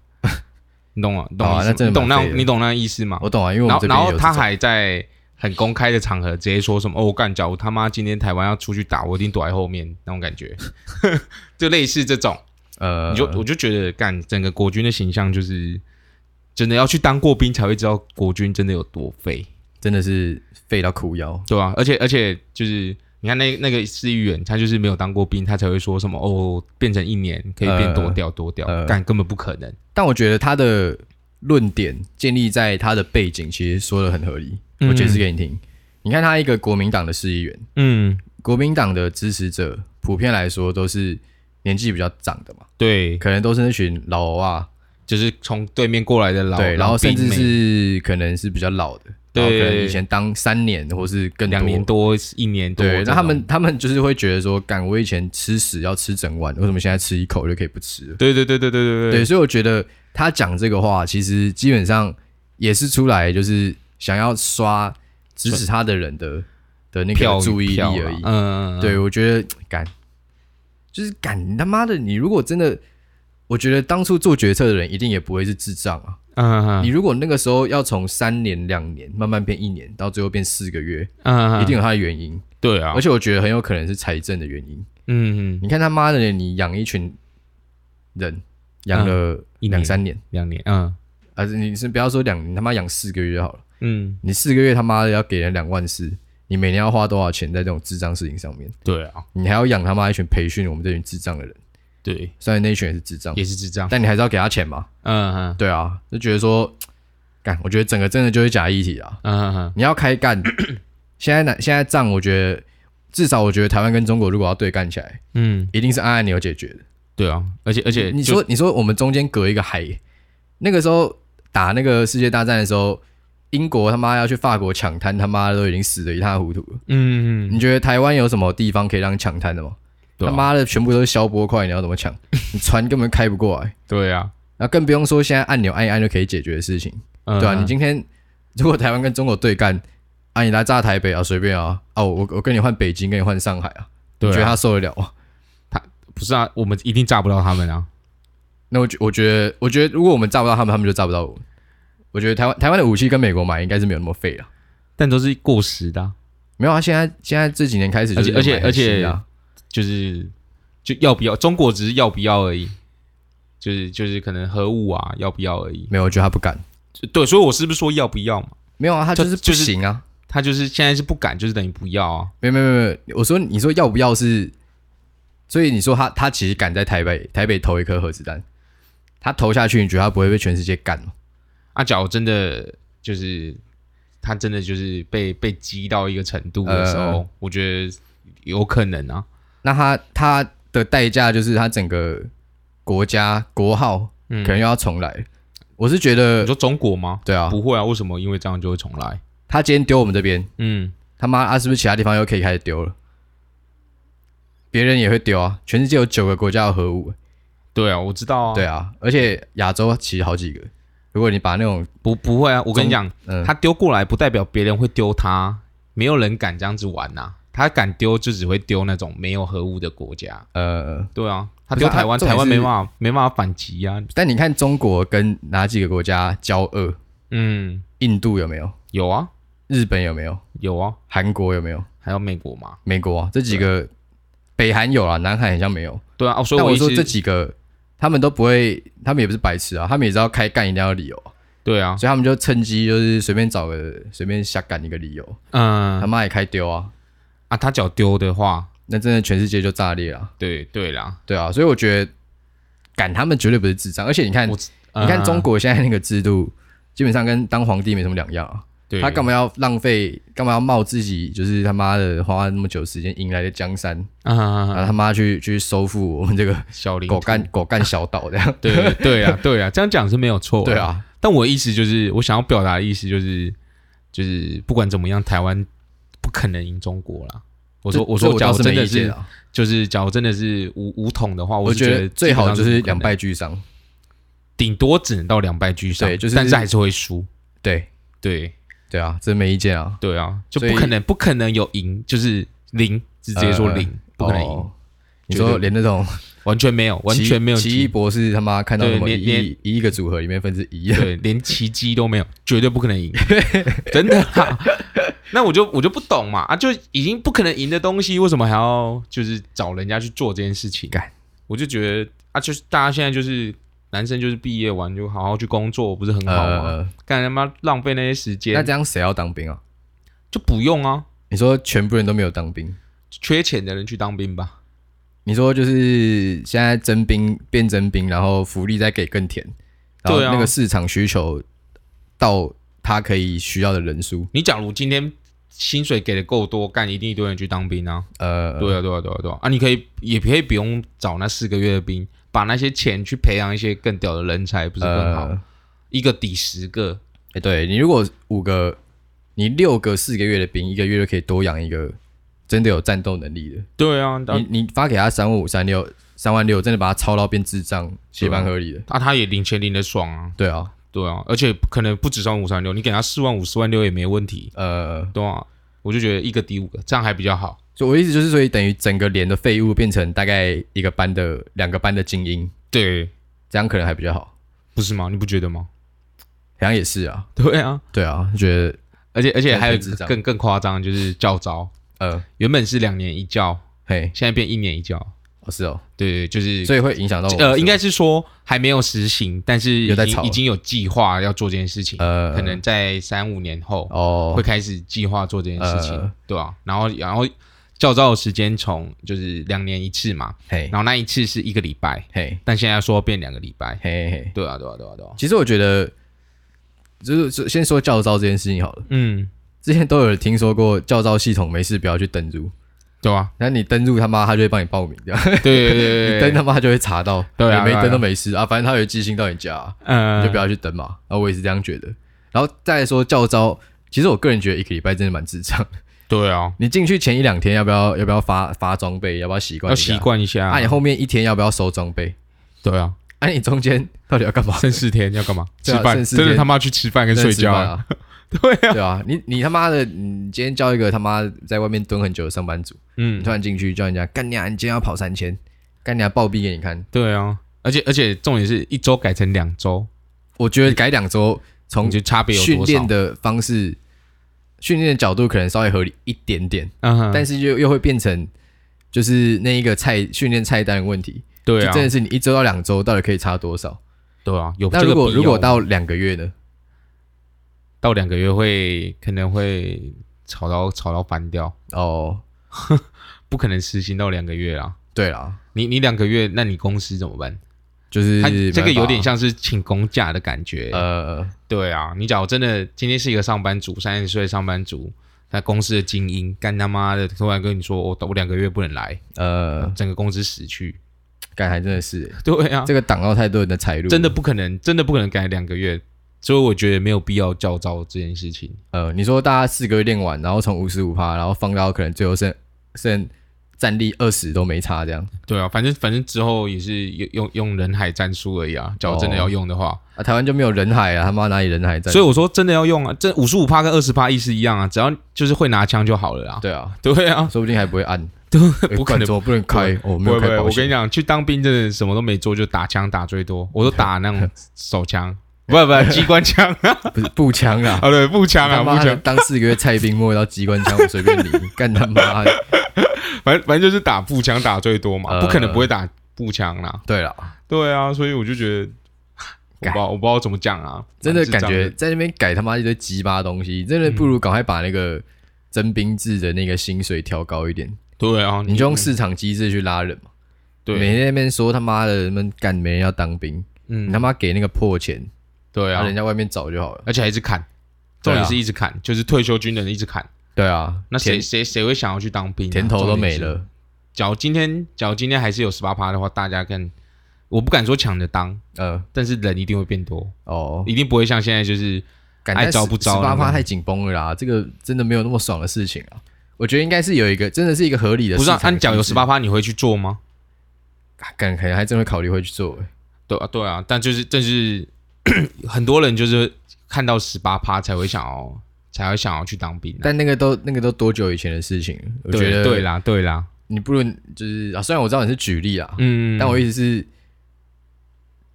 Speaker 2: 你懂吗？你懂
Speaker 1: 好啊
Speaker 2: 意思
Speaker 1: 那真
Speaker 2: 吗
Speaker 1: 的
Speaker 2: 你懂那
Speaker 1: 蛮废
Speaker 2: 种
Speaker 1: 的
Speaker 2: 你懂那意思吗？
Speaker 1: 我懂啊，因为我
Speaker 2: 然
Speaker 1: 们
Speaker 2: 后
Speaker 1: 这
Speaker 2: 然
Speaker 1: 边也有
Speaker 2: 后
Speaker 1: 这
Speaker 2: 他
Speaker 1: 种
Speaker 2: 还在很公开的场合直接说什么哦，我干，假如他妈今天台湾要出去打，我一定躲在后面那种感觉， 就类似这种，
Speaker 1: 呃，
Speaker 2: 你就我就觉得干整个国军的形象就是真的要去当过兵才会知道国军真的有多废，
Speaker 1: 真的是废到哭腰。
Speaker 2: 对啊，而且而且就是。你看那那个市议员，他就是没有当过兵，他才会说什么哦，变成一年可以变多掉多掉，
Speaker 1: 呃
Speaker 2: 干、根本不可能。
Speaker 1: 但我觉得他的论点建立在他的背景，其实说的很合理。
Speaker 2: 嗯
Speaker 1: 我解释给你听，你看他一个国民党的市议员，
Speaker 2: 嗯，
Speaker 1: 国民党的支持者普遍来说都是年纪比较长的嘛，
Speaker 2: 对，
Speaker 1: 可能都是那群老欧啊，
Speaker 2: 就是从对面过来的老，
Speaker 1: 对，然后
Speaker 2: 老
Speaker 1: 甚
Speaker 2: 兵
Speaker 1: 至
Speaker 2: 们
Speaker 1: 是可能是比较老的，然后可能
Speaker 2: 对
Speaker 1: 以前当三年或是更
Speaker 2: 两
Speaker 1: 多
Speaker 2: 年多、一年多这
Speaker 1: 对，
Speaker 2: 种，
Speaker 1: 那他们他们就是会觉得说，干我以前吃屎要吃整碗，为什么现在吃一口就可以不吃了？
Speaker 2: 对对对对对对
Speaker 1: 对，所以我觉得他讲这个话，其实基本上也是出来就是想要刷支持他的人的的那
Speaker 2: 票
Speaker 1: 个注意力
Speaker 2: 票
Speaker 1: 而
Speaker 2: 啦
Speaker 1: 已。
Speaker 2: 嗯，嗯，
Speaker 1: 对，我觉得干就是干你他妈的，你如果真的，我觉得当初做决策的人一定也不会是智障啊，
Speaker 2: 嗯嗯
Speaker 1: 你如果那个时候要从三年、两年慢慢变一年，到最后变四个月，
Speaker 2: 嗯，
Speaker 1: 一定有它的原因。
Speaker 2: 对啊
Speaker 1: 而，且我觉得很有可能是财政的原因。
Speaker 2: 嗯，
Speaker 1: 你看他妈的，你养一群人，养了
Speaker 2: 嗯一年
Speaker 1: 两三年，
Speaker 2: 两年，嗯
Speaker 1: 啊，你是不要说两，你他妈养四个月就好了。
Speaker 2: 嗯，
Speaker 1: 你四个月他妈的要给人两万四，你每年要花多少钱在这种智障事情上面？
Speaker 2: 对啊，
Speaker 1: 你还要养他妈一群培训我们这群智障的人，
Speaker 2: 对，
Speaker 1: 虽然那一群也是智障，
Speaker 2: 也是智障，
Speaker 1: 但你还是要给他钱嘛？
Speaker 2: 嗯嗯
Speaker 1: 对啊，就觉得说，干，我觉得整个真的就是假议题啊。
Speaker 2: 嗯嗯，
Speaker 1: 你要开干， 现在哪现在仗，我觉得至少我觉得台湾跟中国如果要对干起来，
Speaker 2: 嗯，
Speaker 1: 一定是按按钮解决的。
Speaker 2: 对啊，而且而且
Speaker 1: 你
Speaker 2: 就
Speaker 1: 说你说我们中间隔一个海，那个时候打那个世界大战的时候，英国他妈要去法国抢滩，他妈的都已经死得一塌糊涂了。
Speaker 2: 嗯嗯，
Speaker 1: 你觉得台湾有什么地方可以让抢滩的吗？
Speaker 2: 对
Speaker 1: 他
Speaker 2: 啊，
Speaker 1: 妈的全部都是消波块，你要怎么抢？你船根本开不过来，
Speaker 2: 对啊，
Speaker 1: 那更不用说现在按钮按一按就可以解决的事情，
Speaker 2: 对啊
Speaker 1: 对吧、你今天如果台湾跟中国对干，啊，你来炸台北啊，随便啊，哦，我我跟你换北京，跟你换上海啊，你
Speaker 2: 对
Speaker 1: 觉得
Speaker 2: 啊
Speaker 1: 他受得了吗？
Speaker 2: 不是啊，我们一定炸不到他们啊，
Speaker 1: 那我觉我觉得，我觉得如果我们炸不到他们，他们就炸不到我们。我觉得台湾台湾的武器跟美国买应该是没有那么废了。
Speaker 2: 但都是过时的啊，
Speaker 1: 没有啊，现在现在这几年开始就是
Speaker 2: 而且
Speaker 1: 买很新的啊
Speaker 2: 就是就要不要，中国只是要不要而已，就是就是可能核武啊，要不要而已。
Speaker 1: 没有，我觉得他不敢。
Speaker 2: 对，所以我是不是说要不要嘛？
Speaker 1: 没有啊，他
Speaker 2: 就
Speaker 1: 就是
Speaker 2: 就
Speaker 1: 不
Speaker 2: 是
Speaker 1: 行啊。
Speaker 2: 他就是现在是不敢，就是等于不要啊。
Speaker 1: 没有没有没有没有，我说你说要不要是，所以你说他他其实敢在台北台北投一颗核子弹，他投下去，你觉得他不会被全世界干吗？
Speaker 2: 阿角啊真的就是他真的就是被被激到一个程度的时
Speaker 1: 嗯
Speaker 2: 候，我觉得有可能啊。
Speaker 1: 那他他的代价就是他整个国家国号
Speaker 2: 嗯
Speaker 1: 可能又要重来。我是觉
Speaker 2: 你
Speaker 1: 得，
Speaker 2: 说中国吗？
Speaker 1: 对啊，
Speaker 2: 不会啊，为什么？因为这样就会重来。
Speaker 1: 他今天丢我们这边，
Speaker 2: 嗯，
Speaker 1: 他妈啊，是不是其他地方又可以开始丢了？别人也会丢啊，全世界有九个国家有核武，
Speaker 2: 对啊，我知道啊。
Speaker 1: 对，啊，而且亚洲其实好几个。如果你把那种
Speaker 2: 不不会啊，我跟你讲，
Speaker 1: 嗯，
Speaker 2: 他丢过来不代表别人会丢他，没有人敢这样子玩呐、他敢丢就只会丢那种没有核武的国家。
Speaker 1: 呃，
Speaker 2: 对啊，他
Speaker 1: 不是
Speaker 2: 丢
Speaker 1: 他
Speaker 2: 台湾，
Speaker 1: 重点
Speaker 2: 台湾没
Speaker 1: 是
Speaker 2: 办法没办法反击啊。
Speaker 1: 但你看中国跟哪几个国家交恶？
Speaker 2: 嗯，
Speaker 1: 印度有没有？
Speaker 2: 有啊
Speaker 1: 日本有没有？
Speaker 2: 有啊，
Speaker 1: 韩国有没有？
Speaker 2: 还有美国嘛。
Speaker 1: 美国啊，这几个，北韩有啊，南韩好像没有。
Speaker 2: 对啊，哦，所以
Speaker 1: 但我
Speaker 2: 一
Speaker 1: 说
Speaker 2: 直
Speaker 1: 这几个，他们都不会，他们也不是白痴啊，他们也知道开干一定要有理由啊，
Speaker 2: 对啊，
Speaker 1: 所以他们就趁机就是随便找个随便瞎干一个理由，
Speaker 2: 嗯
Speaker 1: 他妈也开丢啊。
Speaker 2: 啊，他脚丢的话，
Speaker 1: 那真的全世界就炸裂了，
Speaker 2: 对对啦，
Speaker 1: 对啊，所以我觉得赶他们绝对不是智障，而且你看，
Speaker 2: 我
Speaker 1: 你
Speaker 2: 嗯
Speaker 1: 看中国现在那个制度，基本上跟当皇帝没什么两样啊。
Speaker 2: 对
Speaker 1: 他干嘛要浪费，干嘛要冒自己就是他妈的花那么久时间迎来的江山，然
Speaker 2: 啊
Speaker 1: 后他妈去去收复我们这个
Speaker 2: 小林？
Speaker 1: 狗干狗干小岛这样
Speaker 2: 对对啊 对啊，这样讲是没有错。
Speaker 1: 对，啊，
Speaker 2: 但我的意思就是，我想要表达的意思就是，就是不管怎么样，台湾不可能赢中国啦。我
Speaker 1: 我
Speaker 2: 说我
Speaker 1: 这
Speaker 2: 说，
Speaker 1: 我
Speaker 2: 假
Speaker 1: 倒
Speaker 2: 如
Speaker 1: 是
Speaker 2: 真
Speaker 1: 没
Speaker 2: 的
Speaker 1: 意见
Speaker 2: 是
Speaker 1: 啊，
Speaker 2: 就是假如真的是五五统的话，
Speaker 1: 我
Speaker 2: 是
Speaker 1: 觉
Speaker 2: 得
Speaker 1: 得最好就是
Speaker 2: 基本上
Speaker 1: 两
Speaker 2: 不可能，
Speaker 1: 败俱伤，
Speaker 2: 顶多只能到两败俱伤，
Speaker 1: 对就是
Speaker 2: 但是还是会输。
Speaker 1: 对
Speaker 2: 对
Speaker 1: 对啊，这没意见啊，
Speaker 2: 对啊，就
Speaker 1: 所以
Speaker 2: 不可能不可能有赢，就是零，直接说零，不可能赢，
Speaker 1: 哦你
Speaker 2: 绝
Speaker 1: 说
Speaker 2: 对
Speaker 1: 连那种
Speaker 2: 完全没有，完全没有
Speaker 1: 奇奇异
Speaker 2: 机，
Speaker 1: 博士他妈看到
Speaker 2: 对
Speaker 1: 什么一
Speaker 2: 连连
Speaker 1: 亿一亿个组合里面分之一，啊
Speaker 2: 对，连奇迹都没有，绝对不可 能赢，真的啦。那我就我就不懂嘛啊，就已经不可能赢的东西，为什么还要就是找人家去做这件事情
Speaker 1: 干？
Speaker 2: 我就觉得啊，就是大家现在就是男生就是毕业完就好好去工作，不是很好啊 吗？
Speaker 1: 呃，
Speaker 2: 干他妈浪费那些时
Speaker 1: 那
Speaker 2: 间，
Speaker 1: 这样谁要当兵啊？
Speaker 2: 就不用啊，
Speaker 1: 你说全部人都没有当兵，
Speaker 2: 缺钱的人去当兵吧。
Speaker 1: 你说就是现在征兵变征兵，然后福利再给更甜，然后
Speaker 2: 对啊
Speaker 1: 那个市场需求到他可以需要的人数，
Speaker 2: 你假如今天薪水给的够多，干一定一堆人去当兵啊。
Speaker 1: 呃，
Speaker 2: 对啊，对啊，对啊，对啊！啊，你可以也可以不用找那四个月的兵，把那些钱去培养一些更屌的人才，不是更好？
Speaker 1: 呃，
Speaker 2: 一个抵十个，
Speaker 1: 哎对你如果五个，你六个四个月的兵，一个月就可以多养一个真的有战斗能力的，
Speaker 2: 对啊，啊
Speaker 1: 你你发给他三万五、三六、三万六，真的把他操到变智障，其实蛮合理的。
Speaker 2: 啊，他也领钱领的爽啊，
Speaker 1: 对啊，
Speaker 2: 对啊，而且可能不止三五三六，你给他四万五、四万六也没问题，
Speaker 1: 呃，
Speaker 2: 对啊，我就觉得一个抵五个，这样还比较好。
Speaker 1: 就我意思就是，所以等于整个连的废物变成大概一个班的两个班的精英，
Speaker 2: 对，
Speaker 1: 这样可能还比较好。
Speaker 2: 不是吗？你不觉得吗？
Speaker 1: 好像也是啊，
Speaker 2: 对啊，
Speaker 1: 对啊，觉得
Speaker 2: 而且而且还有一
Speaker 1: 更智
Speaker 2: 个
Speaker 1: 障
Speaker 2: 更更夸张，就是教招，
Speaker 1: 呃，
Speaker 2: 原本是两年一教，
Speaker 1: 嘿，
Speaker 2: 现在变一年一教。
Speaker 1: 哦是哦，
Speaker 2: 对对，就是
Speaker 1: 所以会影响到我们
Speaker 2: 呃，应该是说还没有实行，但是已
Speaker 1: 有在
Speaker 2: 经
Speaker 1: 吵了
Speaker 2: 已经有计划要做这件事情，
Speaker 1: 呃
Speaker 2: 可能在三五年后
Speaker 1: 哦
Speaker 2: 会，开始计划做这件事情，
Speaker 1: 呃
Speaker 2: 对啊，然后然后教招的时间从就是两年一次嘛，
Speaker 1: 嘿
Speaker 2: 然后那一次是一个礼拜，
Speaker 1: 嘿
Speaker 2: 但现在说变两个礼拜，
Speaker 1: 嘿嘿，
Speaker 2: 对啊对啊对啊对啊，
Speaker 1: 其实我觉得就是就先说教招这件事情好了，
Speaker 2: 嗯，
Speaker 1: 之前都有听说过教招系统没事不要去登入，
Speaker 2: 对啊，
Speaker 1: 然后你登入他妈他就会帮你报名这样。
Speaker 2: 对对对对
Speaker 1: 登
Speaker 2: 对，
Speaker 1: 他妈就会查到，
Speaker 2: 对啊
Speaker 1: 你
Speaker 2: 对
Speaker 1: 没
Speaker 2: 啊
Speaker 1: 登都没事啊，反正他有寄信到你家啊，你
Speaker 2: 嗯
Speaker 1: 就不要去登嘛。啊然后我也是这样觉得。然后再来说教招，其实我个人觉得一个礼拜真的蛮智障。
Speaker 2: 对啊，
Speaker 1: 你进去前一两天要不要要不要发发装备，要不要习惯
Speaker 2: 要
Speaker 1: 一下？
Speaker 2: 习惯一下
Speaker 1: 啊，你后面一天要不要收装备？
Speaker 2: 对啊，
Speaker 1: 啊，你中间到底要 干嘛？
Speaker 2: 剩四天要干嘛？吃
Speaker 1: 对啊
Speaker 2: 饭，
Speaker 1: 剩四
Speaker 2: 真的
Speaker 1: 天
Speaker 2: 他妈去吃饭跟
Speaker 1: 真的
Speaker 2: 睡
Speaker 1: 吃
Speaker 2: 觉
Speaker 1: 饭
Speaker 2: 啊，
Speaker 1: 啊？
Speaker 2: 对啊，
Speaker 1: 对啊，你你他妈的，你今天叫一个他妈在外面蹲很久的上班族，你
Speaker 2: 嗯，
Speaker 1: 突然进去叫人家干你啊，你今天要跑三千，干你啊，暴毙给你看。
Speaker 2: 对啊，而且而且重点是一周改成两周。
Speaker 1: 我觉得改两周，从
Speaker 2: 你觉得差别有
Speaker 1: 训
Speaker 2: 多
Speaker 1: 练
Speaker 2: 少？
Speaker 1: 的方式、训练的角度可能稍微合理一点点，
Speaker 2: 嗯哼，
Speaker 1: 但是又又会变成就是那一个菜训练菜单的问题。
Speaker 2: 对
Speaker 1: 就
Speaker 2: 啊，
Speaker 1: 真的是你一周到两周到底可以差多少？
Speaker 2: 对啊，有这
Speaker 1: 那
Speaker 2: 个
Speaker 1: 如果
Speaker 2: 必要
Speaker 1: 如果到两个月呢？
Speaker 2: 到两个月会可能会吵到吵到翻掉，
Speaker 1: 哦，
Speaker 2: 不可能实行到两个月啦。
Speaker 1: 对啦，
Speaker 2: 你你两个月，那你公司怎么办？
Speaker 1: 就是
Speaker 2: 他这个
Speaker 1: 没办法
Speaker 2: 有点像是请公假的感觉。
Speaker 1: 呃，
Speaker 2: 对啊，你假如真的今天是一个上班族，三十岁上班族，在公司的精英，干他妈的突然跟你说，我我两个月不能来，
Speaker 1: 呃，
Speaker 2: 整个公司死去。
Speaker 1: 感还真的是欸
Speaker 2: 对啊，
Speaker 1: 这个挡到太多人的财路，
Speaker 2: 真的不可能，真的不可能改两个月，所以我觉得没有必要叫招这件事情。
Speaker 1: 呃，你说大家四个月练完，然后从五十五趴，然后放到可能最后剩剩战力二十都没差这样，
Speaker 2: 对啊，反正反正之后也是用用用人海战术而已啊。假如真的要用的话，
Speaker 1: 啊，台湾就没有人海啊，他妈哪里人海战？
Speaker 2: 所以
Speaker 1: 以
Speaker 2: 我说真的要用啊，这五十五趴跟二十趴意思一样啊，只要就是会拿枪就好了啊。
Speaker 1: 对啊，
Speaker 2: 对啊，
Speaker 1: 说不定还不会 按，对
Speaker 2: 不可能
Speaker 1: 怎么不能开？我
Speaker 2: 不
Speaker 1: 没
Speaker 2: 会
Speaker 1: 有
Speaker 2: 不
Speaker 1: 开
Speaker 2: 会，
Speaker 1: 保
Speaker 2: 我跟你
Speaker 1: 险，
Speaker 2: 讲，去当兵真的什么都没做，就打枪打最多，我都打那 种手枪，不是不是机关枪 啊，
Speaker 1: 不是步枪啦，
Speaker 2: 对步枪啊
Speaker 1: 他
Speaker 2: 步
Speaker 1: 妈的
Speaker 2: 枪，
Speaker 1: 当四个月菜兵摸到机关枪，我随 便你，干他妈的！
Speaker 2: 反正反正就是打步枪打最多嘛，
Speaker 1: 呃
Speaker 2: 不可能不会打步枪啦。
Speaker 1: 对 啦，
Speaker 2: 对啊，所以我 就觉得，我不
Speaker 1: 干
Speaker 2: 知道我不知道怎么讲啊，
Speaker 1: 真的
Speaker 2: 蛮智
Speaker 1: 感
Speaker 2: 障
Speaker 1: 觉在那边改他妈一堆鸡巴东西，真的不如赶快把那个征兵制的那个薪水调高一点，
Speaker 2: 对啊，
Speaker 1: 你就用市场机制去拉人嘛。
Speaker 2: 对，
Speaker 1: 每天在那边说他妈的，他们干没人要当兵，
Speaker 2: 嗯
Speaker 1: 你他妈给那个破钱，
Speaker 2: 对
Speaker 1: 然
Speaker 2: 啊
Speaker 1: 后，人家外面找就好了。
Speaker 2: 而且还一直砍，重
Speaker 1: 对啊
Speaker 2: 点是一直砍，就是退休军人一直砍。
Speaker 1: 对啊，
Speaker 2: 那谁
Speaker 1: 甜
Speaker 2: 谁谁会想要去当兵、啊？
Speaker 1: 甜头都
Speaker 2: 重点
Speaker 1: 没
Speaker 2: 是。
Speaker 1: 了，
Speaker 2: 假如今天，假如今天还是有十八趴的话，大家更，我不敢说抢着当，
Speaker 1: 呃，
Speaker 2: 但是人一定会变多，
Speaker 1: 哦，
Speaker 2: 一定不会像现在就是
Speaker 1: 感
Speaker 2: 爱招不啊招
Speaker 1: 十八
Speaker 2: 那
Speaker 1: 趴
Speaker 2: 种
Speaker 1: 太紧绷了啦，这个真的没有那么爽的事情啊。我觉得应该是有一个，真的是一个合理的市
Speaker 2: 不是
Speaker 1: 场
Speaker 2: 啊
Speaker 1: 机制。
Speaker 2: 按脚有十八趴，你会去做吗？
Speaker 1: 啊，感可能还真会考虑会去做、欸。
Speaker 2: 对啊，对啊，但就是但是 很多人就是看到十八趴才会想要才会想要去当兵、啊。
Speaker 1: 但那个都那个都多久以前的事情了？我觉
Speaker 2: 对
Speaker 1: 得
Speaker 2: 对，啦，对啦，
Speaker 1: 你不如就是啊，虽然我知道你是举例啊，
Speaker 2: 嗯，
Speaker 1: 但我意思是，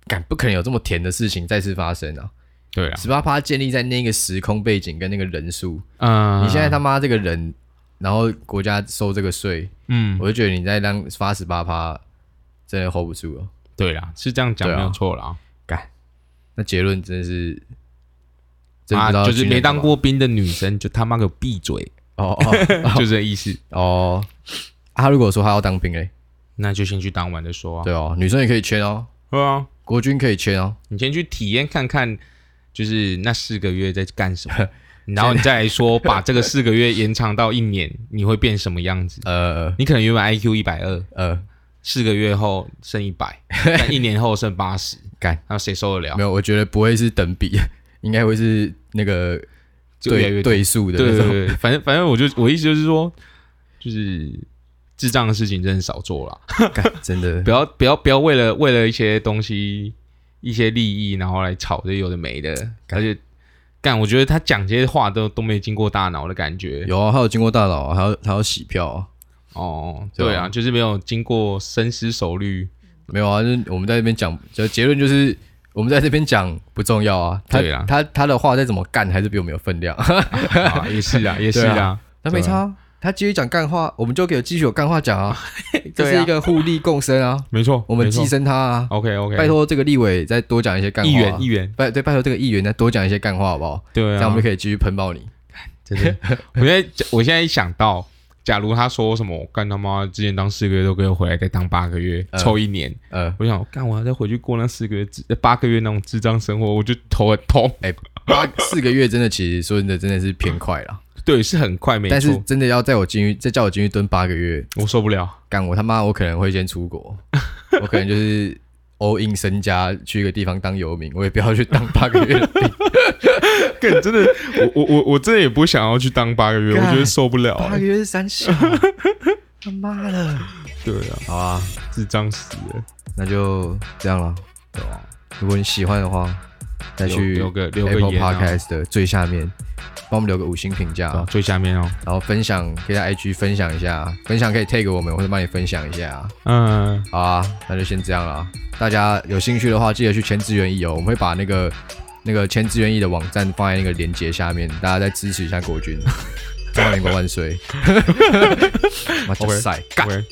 Speaker 1: 敢不可能有这么甜的事情再次发生啊！
Speaker 2: 对啊，
Speaker 1: 十八趴建立在那个时空背景跟那个人数，
Speaker 2: 嗯，
Speaker 1: 你现在他妈这个人，然后国家收这个税，
Speaker 2: 嗯，
Speaker 1: 我就觉得你再让发十八趴，真的 hold 不住哦了。
Speaker 2: 对啦，是这样讲
Speaker 1: 对啊
Speaker 2: 没有错啦。
Speaker 1: 那结论真的是，真不
Speaker 2: 啊
Speaker 1: 知，道
Speaker 2: 就是
Speaker 1: 军
Speaker 2: 没
Speaker 1: 人干
Speaker 2: 当
Speaker 1: 嘛
Speaker 2: 过兵的女生就他妈给我闭嘴，
Speaker 1: 哦哦
Speaker 2: 就这意思。
Speaker 1: 哦，啊他如果说他要当兵嘞，
Speaker 2: 那就先去当完再说啊。
Speaker 1: 对哦，女生也可以签哦，
Speaker 2: 对啊，
Speaker 1: 国军可以签哦。
Speaker 2: 你先去体验看看，就是那四个月在干什 么，然后你再来说，把这个四个月延长到一年，你会变什么样子？
Speaker 1: 呃
Speaker 2: 你可能原本 IQ 一百二，
Speaker 1: 呃，
Speaker 2: 四个月后剩一 百，但一年后剩八十，
Speaker 1: 干，
Speaker 2: 那谁受得了
Speaker 1: 没？有，我觉得不会是等比， 应该会是那个
Speaker 2: 就越来
Speaker 1: 对
Speaker 2: 越
Speaker 1: 对数的
Speaker 2: 对
Speaker 1: 那
Speaker 2: 对
Speaker 1: 种。
Speaker 2: 对，反正反正我就我意思就是说，就是智障的事情真的少做啦，
Speaker 1: 干真的
Speaker 2: 不要不要不要为了为了一些东西一些利益，然后来吵这有的没的，而且干，我觉得他讲这些话都都没经过大脑的感觉。
Speaker 1: 有啊，还有经过大脑啊，还有还有洗票啊，
Speaker 2: 哦，
Speaker 1: 对
Speaker 2: 对
Speaker 1: 啊
Speaker 2: 啊，就是没有经过深思熟虑。
Speaker 1: 没有啊？就是我们在那边讲，就结论就是我们在这边讲不重要啊，他
Speaker 2: 对啦
Speaker 1: 他他的话再怎么干，还是比我们有分量。
Speaker 2: 啊也是啊，也是
Speaker 1: 对
Speaker 2: 啊，
Speaker 1: 那没差啊，他继续讲干话，我们就给继续有干话讲啊， 这是一个互利共生啊，
Speaker 2: 没错，
Speaker 1: 我们寄生他啊。
Speaker 2: OK OK，
Speaker 1: 拜托这个立委再多讲一些干话
Speaker 2: 议
Speaker 1: 啊，
Speaker 2: 员议员，
Speaker 1: 拜对拜托这个议员再多讲一些干话好不好？
Speaker 2: 对
Speaker 1: 这
Speaker 2: 啊，
Speaker 1: 样我们就可以继续喷爆你。
Speaker 2: 真 的，我现在我现在一想到，假如他说什么干他妈之前当四个月都给我回来再当八个月，
Speaker 1: 嗯
Speaker 2: 凑一年，
Speaker 1: 呃，
Speaker 2: 我想干我还再回去过那四个月智八个月那种智障生活，我就头很痛。
Speaker 1: 八四个月真的其实说真的真的是偏快了，
Speaker 2: 对，是很快，没
Speaker 1: 但是
Speaker 2: 错，
Speaker 1: 真的要在我进去再叫我进去蹲八个月，
Speaker 2: 我受 不了。
Speaker 1: 干我他妈我可能会先出国，我可能就是 all in 身家去一个地方当游民，我也不要去当八个月的兵。
Speaker 2: 干真的，我我我我真的也不想要去当八个月，我
Speaker 1: 干
Speaker 2: 觉得受不了、
Speaker 1: 八个
Speaker 2: 欸。
Speaker 1: 月是三小，啊他妈的！
Speaker 2: 对啊，
Speaker 1: 好啊，
Speaker 2: 智障死了。
Speaker 1: 那就这样了。
Speaker 2: 对啊，
Speaker 1: 如果你喜欢的话，再去
Speaker 2: 留留个留个
Speaker 1: Apple
Speaker 2: 言啊
Speaker 1: Podcast 的最下面帮我们留个五星评价
Speaker 2: 对，啊最下面哦，
Speaker 1: 然后分享可以在 IG 分享一下，分享可以 tag 我们，或者帮你分享一下。
Speaker 2: 嗯，
Speaker 1: 好啊，那就先这样了。大家有兴趣的话，记得去签志愿意哦。我们会把那个那个签志愿意的网站放在那个链接下面，大家再支持一下国军。中华民国万岁！妈
Speaker 2: OK
Speaker 1: 塞，干
Speaker 2: 干。